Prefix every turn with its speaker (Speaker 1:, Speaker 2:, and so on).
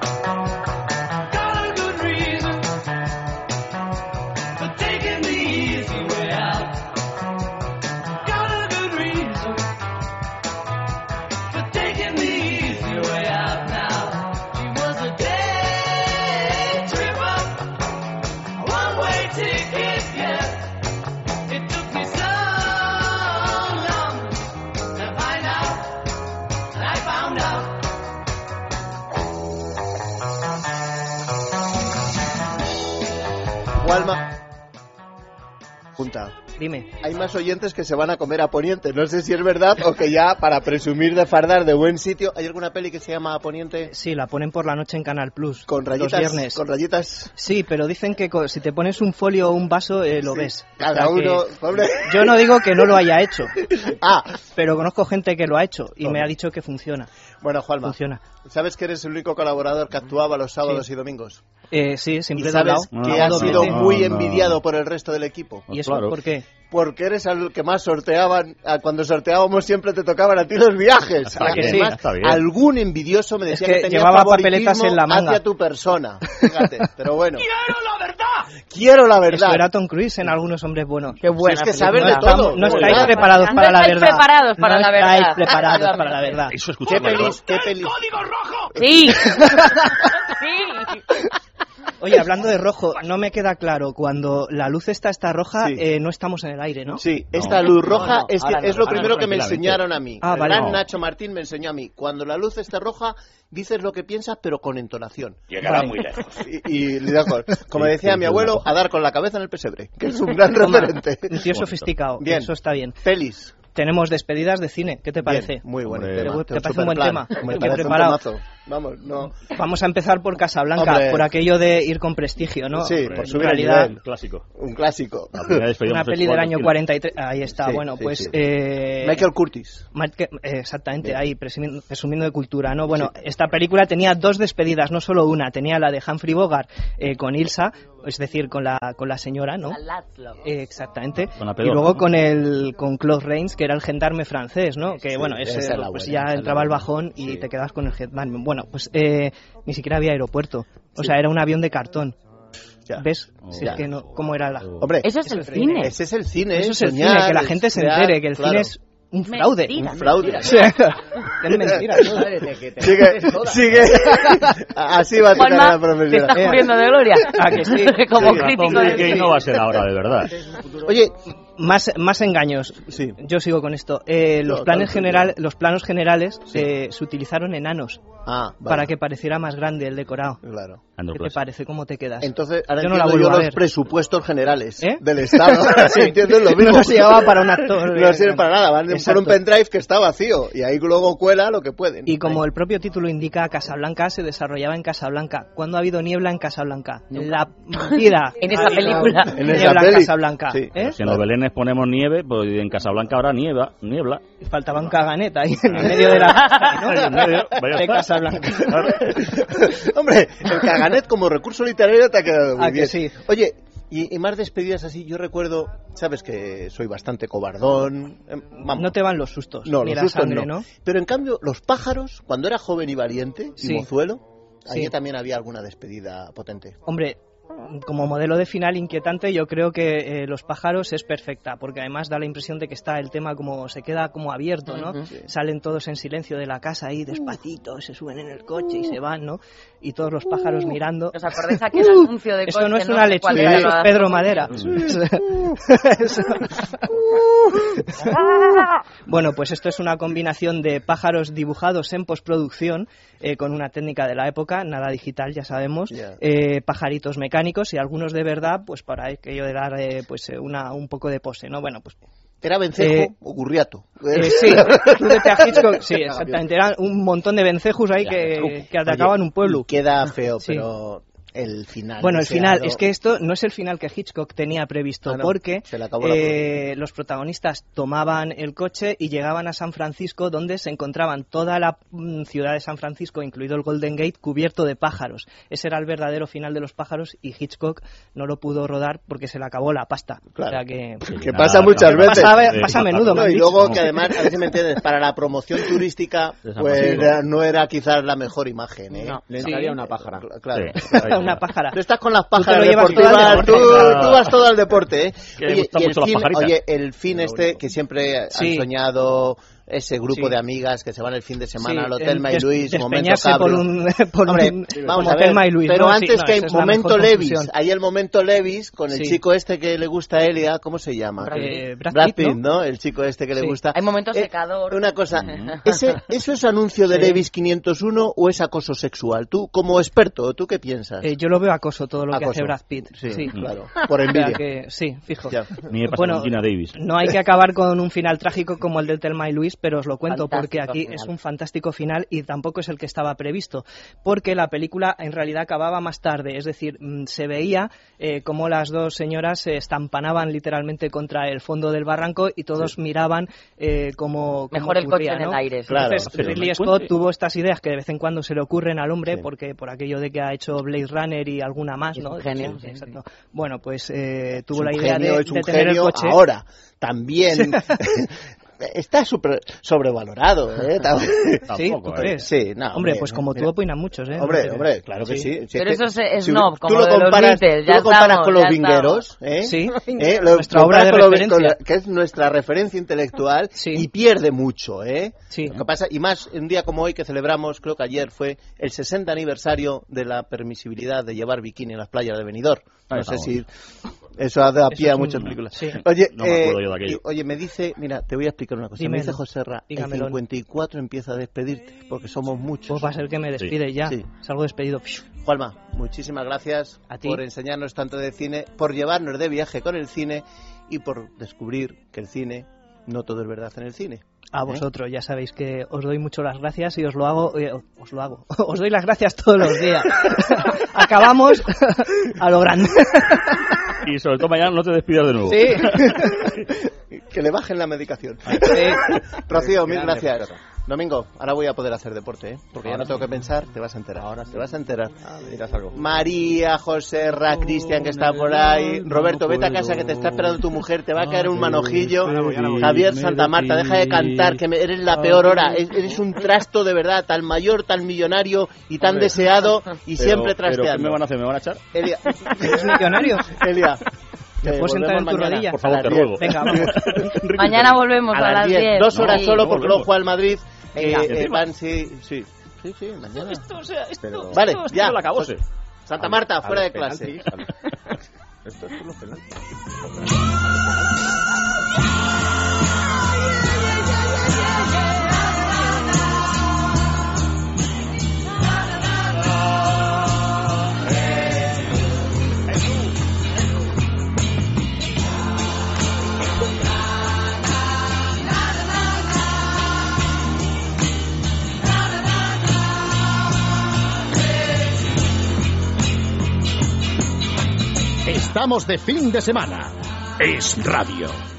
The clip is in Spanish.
Speaker 1: Got a good reason for taking the easy way out. Got a good reason for taking the easy way out now. She was a day tripper, a one-way ticket, yeah. It took me so long to find out, and I found out.
Speaker 2: Walma. Punta.
Speaker 3: Dime.
Speaker 2: Hay más oyentes que se van a comer a Poniente. No sé si es verdad o que ya, para presumir de fardar de buen sitio, ¿hay alguna peli que se llama A Poniente?
Speaker 3: Sí, la ponen por la noche en Canal Plus.
Speaker 2: Con rayitas.
Speaker 3: Los viernes.
Speaker 2: Con rayitas.
Speaker 3: Sí, pero dicen que co- si te pones un folio o un vaso, eh, lo
Speaker 2: Sí.
Speaker 3: ves.
Speaker 2: Cada
Speaker 3: O sea que
Speaker 2: uno. Hombre.
Speaker 3: Yo no digo que no lo haya hecho,
Speaker 2: Ah,
Speaker 3: pero conozco gente que lo ha hecho y
Speaker 2: Hombre.
Speaker 3: me ha dicho que funciona.
Speaker 2: bueno, Juanma.
Speaker 3: Funciona.
Speaker 2: ¿Sabes que eres el único colaborador que actuaba los sábados y domingos?
Speaker 3: Eh, sí,
Speaker 2: Y
Speaker 3: siempre he
Speaker 2: sabes
Speaker 3: dado.
Speaker 2: que
Speaker 4: No,
Speaker 2: has
Speaker 4: no,
Speaker 2: sido
Speaker 4: no,
Speaker 2: muy
Speaker 4: no.
Speaker 2: envidiado por el resto del equipo.
Speaker 3: ¿Y eso
Speaker 4: Claro.
Speaker 3: por qué?
Speaker 2: Porque eres al que más sorteaban. a- Cuando sorteábamos siempre te tocaban a ti los viajes.
Speaker 4: Está
Speaker 3: bien,
Speaker 2: Además,
Speaker 4: está bien.
Speaker 2: algún envidioso me
Speaker 3: Es
Speaker 2: decía
Speaker 3: que
Speaker 2: que, tenía
Speaker 3: llevaba
Speaker 2: favoritismo
Speaker 3: papeletas en la manga.
Speaker 2: hacia tu persona. Fíjate, pero bueno.
Speaker 1: ¡Quiero la verdad!
Speaker 2: Quiero la
Speaker 3: Eso
Speaker 2: verdad.
Speaker 3: era Tom Cruise en algunos hombres buenos.
Speaker 2: Qué buena
Speaker 3: Si es que
Speaker 2: película.
Speaker 3: saber de
Speaker 2: No
Speaker 3: todo.
Speaker 2: estamos-
Speaker 3: no
Speaker 2: Muy
Speaker 3: estáis
Speaker 2: buena.
Speaker 3: preparados
Speaker 5: No
Speaker 3: para la
Speaker 5: estáis
Speaker 3: verdad.
Speaker 5: preparados para
Speaker 3: No
Speaker 5: la
Speaker 3: estáis
Speaker 5: verdad.
Speaker 3: preparados para la verdad.
Speaker 4: Eso
Speaker 2: ¿Qué
Speaker 4: escuchamos.
Speaker 2: pelis? ¿Qué pelis?
Speaker 5: Sí. sí.
Speaker 3: Oye, hablando de rojo, no me queda claro. Cuando la luz está está roja,
Speaker 2: Sí.
Speaker 3: eh, no estamos en el aire, ¿no?
Speaker 2: Sí, esta luz roja
Speaker 4: No, no,
Speaker 2: es, que
Speaker 4: ahora no,
Speaker 2: es lo
Speaker 4: ahora no,
Speaker 2: primero que me
Speaker 4: tranquilamente.
Speaker 2: enseñaron a mí.
Speaker 3: Ah,
Speaker 2: El
Speaker 3: vale.
Speaker 2: gran
Speaker 4: No.
Speaker 2: Nacho Martín me enseñó a mí. Cuando la luz está roja, dices lo que piensas, pero con entonación.
Speaker 6: Llegará
Speaker 3: Vale.
Speaker 6: muy lejos.
Speaker 2: Y, y lejos. como
Speaker 4: Sí,
Speaker 2: decía
Speaker 4: sí,
Speaker 2: mi
Speaker 4: sí,
Speaker 2: abuelo,
Speaker 4: una hoja.
Speaker 2: a dar con la cabeza en el pesebre, que es un gran
Speaker 3: Toma,
Speaker 2: referente.
Speaker 3: Un tío
Speaker 4: Bonito.
Speaker 3: sofisticado.
Speaker 2: Bien.
Speaker 3: Eso está bien.
Speaker 2: Pelis.
Speaker 3: Tenemos despedidas de cine. ¿Qué te parece?
Speaker 2: Bien, muy bueno.
Speaker 4: Hombre,
Speaker 3: ¿te parece un buen tema?
Speaker 2: Me
Speaker 3: Qué
Speaker 2: parece un
Speaker 3: preparado.
Speaker 2: temazo. Vamos, no.
Speaker 3: Vamos a empezar por Casablanca,
Speaker 2: Hombre.
Speaker 3: por aquello de ir con prestigio, ¿no?
Speaker 2: Sí,
Speaker 4: Hombre,
Speaker 2: por
Speaker 4: en
Speaker 2: subir el
Speaker 3: realidad-
Speaker 2: nivel.
Speaker 4: Clásico.
Speaker 2: Un clásico.
Speaker 4: La primera vez
Speaker 3: Una
Speaker 4: veíamos
Speaker 3: peli del
Speaker 4: Explorando
Speaker 3: año
Speaker 4: Chile.
Speaker 3: 43. Ahí está.
Speaker 2: Sí,
Speaker 3: bueno,
Speaker 2: sí,
Speaker 3: pues.
Speaker 2: sí.
Speaker 3: eh,
Speaker 2: Michael Curtis.
Speaker 3: Michael- eh, Exactamente,
Speaker 2: Bien.
Speaker 3: ahí presumiendo, presumiendo de cultura, ¿no? Bueno, esta película tenía dos despedidas, no solo una. Tenía la de Humphrey Bogart eh, con Ilsa, es decir, con la, con la señora, ¿no? Eh, exactamente.
Speaker 4: Con la
Speaker 3: y
Speaker 4: pedorra,
Speaker 3: luego
Speaker 4: ¿no?
Speaker 3: con el con Claude Rains, que era el gendarme francés, ¿no? Que bueno, ese,
Speaker 2: esa es la
Speaker 3: pues
Speaker 2: buena, esa
Speaker 3: ya
Speaker 2: es la
Speaker 3: entraba al
Speaker 2: buena.
Speaker 3: bajón y
Speaker 2: Sí.
Speaker 3: te quedabas con el gendarme. Bueno, pues eh, ni siquiera había aeropuerto. O sea, era un avión de cartón.
Speaker 2: Ya.
Speaker 3: ¿Ves?
Speaker 4: Oh.
Speaker 3: Si es
Speaker 2: Ya.
Speaker 3: que no- ¿Cómo era la...?
Speaker 2: Hombre,
Speaker 5: Eso es el cine.
Speaker 2: ese es el cine.
Speaker 3: Eso es el
Speaker 2: soñar,
Speaker 3: cine, que la gente se
Speaker 2: crear,
Speaker 3: entere, que el
Speaker 2: claro.
Speaker 3: cine es un fraude.
Speaker 5: Mentira.
Speaker 2: Un fraude.
Speaker 3: O sea, es mentira, ¿no?
Speaker 2: Sigue, sigue. Así va a tener
Speaker 5: Juanma,
Speaker 2: la
Speaker 5: te
Speaker 2: profesora.
Speaker 5: estás
Speaker 2: Eh,
Speaker 5: muriendo de gloria.
Speaker 3: Ah, que sí.
Speaker 5: Como
Speaker 3: Sí,
Speaker 5: crítico
Speaker 4: Hombre,
Speaker 5: de
Speaker 4: que no va a ser ahora, de verdad.
Speaker 2: Oye,
Speaker 3: Más, más engaños.
Speaker 2: Sí.
Speaker 3: Yo sigo con esto. Eh, los,
Speaker 2: No,
Speaker 3: planes
Speaker 2: claro,
Speaker 3: general, los planos generales eh, se utilizaron enanos
Speaker 2: ah, vale,
Speaker 3: para que pareciera más grande el decorado.
Speaker 2: claro. pues.
Speaker 3: ¿Qué te
Speaker 4: Androplas.
Speaker 3: parece? ¿Cómo te quedas?
Speaker 2: Entonces, ahora
Speaker 3: Yo no la
Speaker 2: entiendo
Speaker 3: vuelvo
Speaker 2: yo
Speaker 3: a
Speaker 2: los
Speaker 3: ver.
Speaker 2: presupuestos generales
Speaker 3: ¿Eh?
Speaker 2: del Estado.
Speaker 3: Sí.
Speaker 2: Entiendo lo mismo.
Speaker 3: No se llevaba para un actor.
Speaker 2: No sirve para nada, van por
Speaker 3: Exacto.
Speaker 2: un pendrive que está vacío y ahí luego cuela lo que pueden.
Speaker 3: Y como el propio título indica, Casablanca se desarrollaba en Casablanca. ¿Cuándo ha habido niebla en Casablanca? En la vida.
Speaker 5: En esa
Speaker 3: ha habido
Speaker 5: película.
Speaker 2: En esa
Speaker 3: niebla en
Speaker 2: peli.
Speaker 3: Casablanca.
Speaker 2: Sí.
Speaker 3: ¿eh?
Speaker 4: Si en los Belénes ponemos nieve, pues en Casablanca ahora nieva, niebla.
Speaker 3: Faltaba un caganeta ahí en el medio de la. ¿no?
Speaker 4: En medio, vaya
Speaker 3: De
Speaker 4: está.
Speaker 3: Casablanca.
Speaker 2: Hombre, el caganet como recurso literario te ha quedado muy
Speaker 3: Ah, que
Speaker 2: bien.
Speaker 3: sí.
Speaker 2: Oye, y, y más despedidas así, yo recuerdo, sabes que soy bastante cobardón. eh, vamos,
Speaker 3: No te van los sustos.
Speaker 2: No,
Speaker 3: ni
Speaker 2: los
Speaker 3: la
Speaker 2: sustos
Speaker 3: sangre,
Speaker 2: no.
Speaker 3: ¿no?
Speaker 2: Pero en cambio, los pájaros, cuando era joven y valiente, y
Speaker 3: Sí.
Speaker 2: mozuelo, ahí
Speaker 3: Sí.
Speaker 2: también había alguna despedida potente.
Speaker 3: Hombre, como modelo de final inquietante, yo creo que eh, Los pájaros es perfecta, porque además da la impresión de que está el tema como se queda como abierto, ¿no?
Speaker 2: Sí.
Speaker 3: Salen todos en silencio de la casa ahí despacito, se suben en el coche y se van, ¿no? Y todos los pájaros mirando.
Speaker 5: ¿Os acordáis aquel anuncio de
Speaker 3: Esto no
Speaker 5: coche,
Speaker 3: es una
Speaker 5: ¿Cuál
Speaker 3: lechuga,
Speaker 5: era
Speaker 3: eso
Speaker 5: la-
Speaker 3: es Pedro Madera. Eso. Bueno, pues esto es una combinación de pájaros dibujados en postproducción eh, con una técnica de la época, nada digital, ya sabemos,
Speaker 2: Ya.
Speaker 3: eh, pajaritos mecánicos y algunos de verdad, pues para aquello de dar eh, pues, eh, una, un poco de pose, ¿no? Bueno, pues
Speaker 2: ¿Era vencejo
Speaker 3: Eh,
Speaker 2: o gurriato?
Speaker 3: eh, sí, tú vete a Hitchcock, sí, exactamente, eran un montón de vencejos ahí que, que atacaban un pueblo.
Speaker 2: Queda feo,
Speaker 3: Sí.
Speaker 2: pero el final.
Speaker 3: Bueno, el final,
Speaker 2: deseado.
Speaker 3: es que esto no es el final que Hitchcock tenía previsto,
Speaker 2: Ah, no,
Speaker 3: porque
Speaker 2: se le acabó la
Speaker 3: eh, los protagonistas tomaban el coche y llegaban a San Francisco, donde se encontraban toda la mm, ciudad de San Francisco, incluido el Golden Gate, cubierto de pájaros. Ese era el verdadero final de los pájaros y Hitchcock no lo pudo rodar porque se le acabó la pasta.
Speaker 2: Claro.
Speaker 3: O sea que...
Speaker 2: Que pasa muchas
Speaker 4: claro.
Speaker 2: veces.
Speaker 3: Pasa,
Speaker 4: Sí,
Speaker 3: pasa a
Speaker 4: claro.
Speaker 3: menudo, me
Speaker 2: No,
Speaker 3: han
Speaker 2: y
Speaker 3: dicho.
Speaker 2: luego que además, a ver si me entiendes, para la promoción turística pues
Speaker 4: Desaparecido.
Speaker 2: era- no era quizás la mejor imagen, ¿eh?
Speaker 5: No.
Speaker 6: Le entraría una pájara.
Speaker 2: Cl- Claro.
Speaker 4: Sí, ahí está.
Speaker 3: Una pájara.
Speaker 2: Tú estás con las
Speaker 3: te
Speaker 2: pájaras
Speaker 3: lo llevas
Speaker 2: deportivas,
Speaker 3: todo al Ah.
Speaker 2: tú,
Speaker 4: deporte.
Speaker 2: tú vas todo al deporte, ¿eh?
Speaker 4: Que le gustan
Speaker 2: y el
Speaker 4: mucho las
Speaker 2: fin,
Speaker 4: pajaritas.
Speaker 2: oye, el fin este que siempre
Speaker 3: Sí.
Speaker 2: han soñado ese grupo
Speaker 3: Sí.
Speaker 2: de amigas que se van el fin de semana
Speaker 3: Sí,
Speaker 2: al
Speaker 3: el
Speaker 2: Hotel May
Speaker 3: des-
Speaker 2: Luis, momento
Speaker 3: despeñarse por
Speaker 2: cabrio.
Speaker 3: un, por
Speaker 2: Hombre,
Speaker 3: un-
Speaker 2: vamos
Speaker 3: por
Speaker 2: a
Speaker 3: Hotel
Speaker 2: ver,
Speaker 3: May Luis,
Speaker 2: pero
Speaker 3: ¿no? Sí,
Speaker 2: antes
Speaker 3: no,
Speaker 2: que hay
Speaker 3: esa es la
Speaker 2: momento
Speaker 3: mejor
Speaker 2: Levis,
Speaker 3: conclusión.
Speaker 2: hay el momento Levis con el
Speaker 3: Sí.
Speaker 2: chico este que le gusta a Elia, ¿cómo se llama?
Speaker 3: Eh, Brad Pitt,
Speaker 2: Pitt,
Speaker 3: ¿no?
Speaker 2: ¿no? El chico este que le
Speaker 3: Sí.
Speaker 2: gusta.
Speaker 5: Hay momentos
Speaker 2: Eh,
Speaker 5: secador.
Speaker 2: Una cosa, ese, ¿eso es anuncio de
Speaker 3: Sí.
Speaker 2: Levis 501 o es acoso sexual? Tú, como experto, ¿tú qué piensas?
Speaker 3: Eh, yo lo veo acoso todo lo que hace
Speaker 2: Acoso. Mm.
Speaker 3: Brad Pitt. Sí,
Speaker 2: Claro, por
Speaker 3: O sea
Speaker 2: envidia.
Speaker 3: que- sí, fijo.
Speaker 2: Ya.
Speaker 4: Ni me pasa
Speaker 3: Bueno,
Speaker 4: con Gina Davis.
Speaker 3: No hay que acabar con un final trágico como el de Telma y Luis, pero os lo cuento
Speaker 5: Fantástico
Speaker 3: porque aquí
Speaker 5: final.
Speaker 3: es un fantástico final y tampoco es el que estaba previsto, porque la película en realidad acababa más tarde, es decir, mm, se veía eh, como las dos señoras se estampanaban literalmente contra el fondo del barranco y todos miraban eh, como
Speaker 5: Mejor el coche en el aire. sí.
Speaker 2: Claro.
Speaker 3: Entonces,
Speaker 4: pero
Speaker 3: Ridley
Speaker 4: me
Speaker 3: Scott
Speaker 4: cuente.
Speaker 3: tuvo estas ideas que de vez en cuando se le ocurren al hombre,
Speaker 2: Sí.
Speaker 3: porque por aquello de que ha hecho Blade Runner y alguna más,
Speaker 5: Es
Speaker 3: ¿no?
Speaker 5: un genio,
Speaker 3: Sí,
Speaker 5: sí,
Speaker 3: exacto. Bueno, pues eh,
Speaker 2: Es
Speaker 3: tuvo
Speaker 2: un
Speaker 3: la idea
Speaker 2: genio,
Speaker 3: de,
Speaker 2: es
Speaker 3: de
Speaker 2: un
Speaker 3: tener el
Speaker 2: genio
Speaker 3: coche.
Speaker 2: ahora. También está super- sobrevalorado, ¿eh? También-
Speaker 3: ¿Sí?
Speaker 4: Tampoco,
Speaker 3: ¿Tú
Speaker 4: eh.
Speaker 3: crees?
Speaker 2: Sí, no,
Speaker 3: hombre,
Speaker 2: hombre,
Speaker 3: pues
Speaker 2: no,
Speaker 3: como
Speaker 2: mira.
Speaker 3: tú opinan muchos, ¿eh?
Speaker 2: Hombre,
Speaker 3: No sé.
Speaker 2: hombre, claro que sí. Si
Speaker 5: Pero
Speaker 2: que-
Speaker 5: eso es- es
Speaker 2: si
Speaker 5: snob,
Speaker 2: tú
Speaker 5: como
Speaker 2: lo
Speaker 5: lo de los
Speaker 2: comparas-
Speaker 5: Beatles,
Speaker 2: tú
Speaker 5: ya
Speaker 2: lo comparas
Speaker 5: estamos,
Speaker 2: con los
Speaker 5: ya
Speaker 2: vingueros, ¿eh?
Speaker 3: Sí,
Speaker 2: ¿Eh? Lo
Speaker 3: nuestra
Speaker 2: comparas
Speaker 3: obra de
Speaker 2: con lo-
Speaker 3: referencia.
Speaker 2: con la- que es nuestra referencia intelectual
Speaker 3: Sí.
Speaker 2: y pierde mucho, ¿eh?
Speaker 3: Sí.
Speaker 2: Lo que pasa, y más un día como hoy que celebramos, creo que ayer fue el 60 aniversario de la permisibilidad de llevar bikini en las playas de Benidorm. No
Speaker 4: Ahí
Speaker 2: sé
Speaker 4: estamos.
Speaker 2: si eso ha dado
Speaker 3: Eso
Speaker 2: pie a
Speaker 3: es un-
Speaker 2: muchas películas.
Speaker 3: sí.
Speaker 2: Oye,
Speaker 4: No me acuerdo
Speaker 2: eh,
Speaker 4: yo de aquello.
Speaker 2: y- oye, me dice, mira, te voy a explicar una cosa. Me
Speaker 3: Dímelo.
Speaker 2: dice José Ra, el
Speaker 3: Dígamelo.
Speaker 2: 54 empieza a despedirte porque somos muchos.
Speaker 3: Pues va a ser que me despide ya.
Speaker 2: Sí.
Speaker 3: Salgo despedido. Piu.
Speaker 2: Juanma, muchísimas gracias
Speaker 3: A ti.
Speaker 2: por enseñarnos tanto de cine, por llevarnos de viaje con el cine y por descubrir que el cine no todo es verdad en el cine.
Speaker 3: A vosotros, ya sabéis que os doy mucho las gracias y os lo hago, eh, os lo hago, os doy las gracias todos los días. Acabamos a lo grande.
Speaker 4: Y sobre todo mañana no te despidas de nuevo.
Speaker 3: Sí.
Speaker 2: Que le bajen la medicación.
Speaker 3: Sí.
Speaker 2: Rocío, mil
Speaker 6: Grande,
Speaker 2: gracias.
Speaker 6: Rocío.
Speaker 2: Domingo, ahora voy a poder hacer deporte, ¿eh? porque ya no tengo que pensar, te vas a enterar. Ahora te vas a enterar.
Speaker 4: Ah,
Speaker 6: Dirás algo.
Speaker 2: María, José, Ra, Cristian, que está por ahí. Roberto, vete a casa que te está esperando tu mujer, te va a caer
Speaker 4: Ah,
Speaker 2: un manojillo.
Speaker 7: Ahora voy, ahora voy.
Speaker 2: Javier Santa Marta, deja de cantar, que me- eres la peor
Speaker 4: Ah,
Speaker 2: hora. Es- Eres un trasto de verdad, tan mayor, tan millonario y tan deseado y
Speaker 4: Pero-
Speaker 2: siempre
Speaker 4: pero ¿Qué me van
Speaker 2: trasteando.
Speaker 4: a hacer? ¿Me van a echar?
Speaker 2: Elia,
Speaker 3: ¿Eres millonario?
Speaker 2: Elia.
Speaker 3: ¿Me
Speaker 2: eh,
Speaker 3: puedo sentar
Speaker 2: volvemos
Speaker 3: en tu
Speaker 2: mañana.
Speaker 3: rodilla?
Speaker 4: Por favor,
Speaker 2: A
Speaker 4: te
Speaker 2: las diez.
Speaker 4: ruego.
Speaker 3: Venga, vamos.
Speaker 5: Mañana volvemos
Speaker 2: A las 10. Dos horas
Speaker 4: No,
Speaker 2: solo
Speaker 4: no
Speaker 2: porque
Speaker 4: volvemos.
Speaker 2: luego juega el Madrid.
Speaker 5: Venga.
Speaker 2: eh, eh,
Speaker 4: Encima.
Speaker 2: van, sí, sí. Sí, sí, mañana.
Speaker 6: Pero-
Speaker 2: Vale,
Speaker 4: Esto
Speaker 2: ya. Pues,
Speaker 4: no la acabose.
Speaker 2: Santa Marta, fuera de clase.
Speaker 6: Esto es por los penaltis.
Speaker 8: Estamos de fin de semana. Es radio.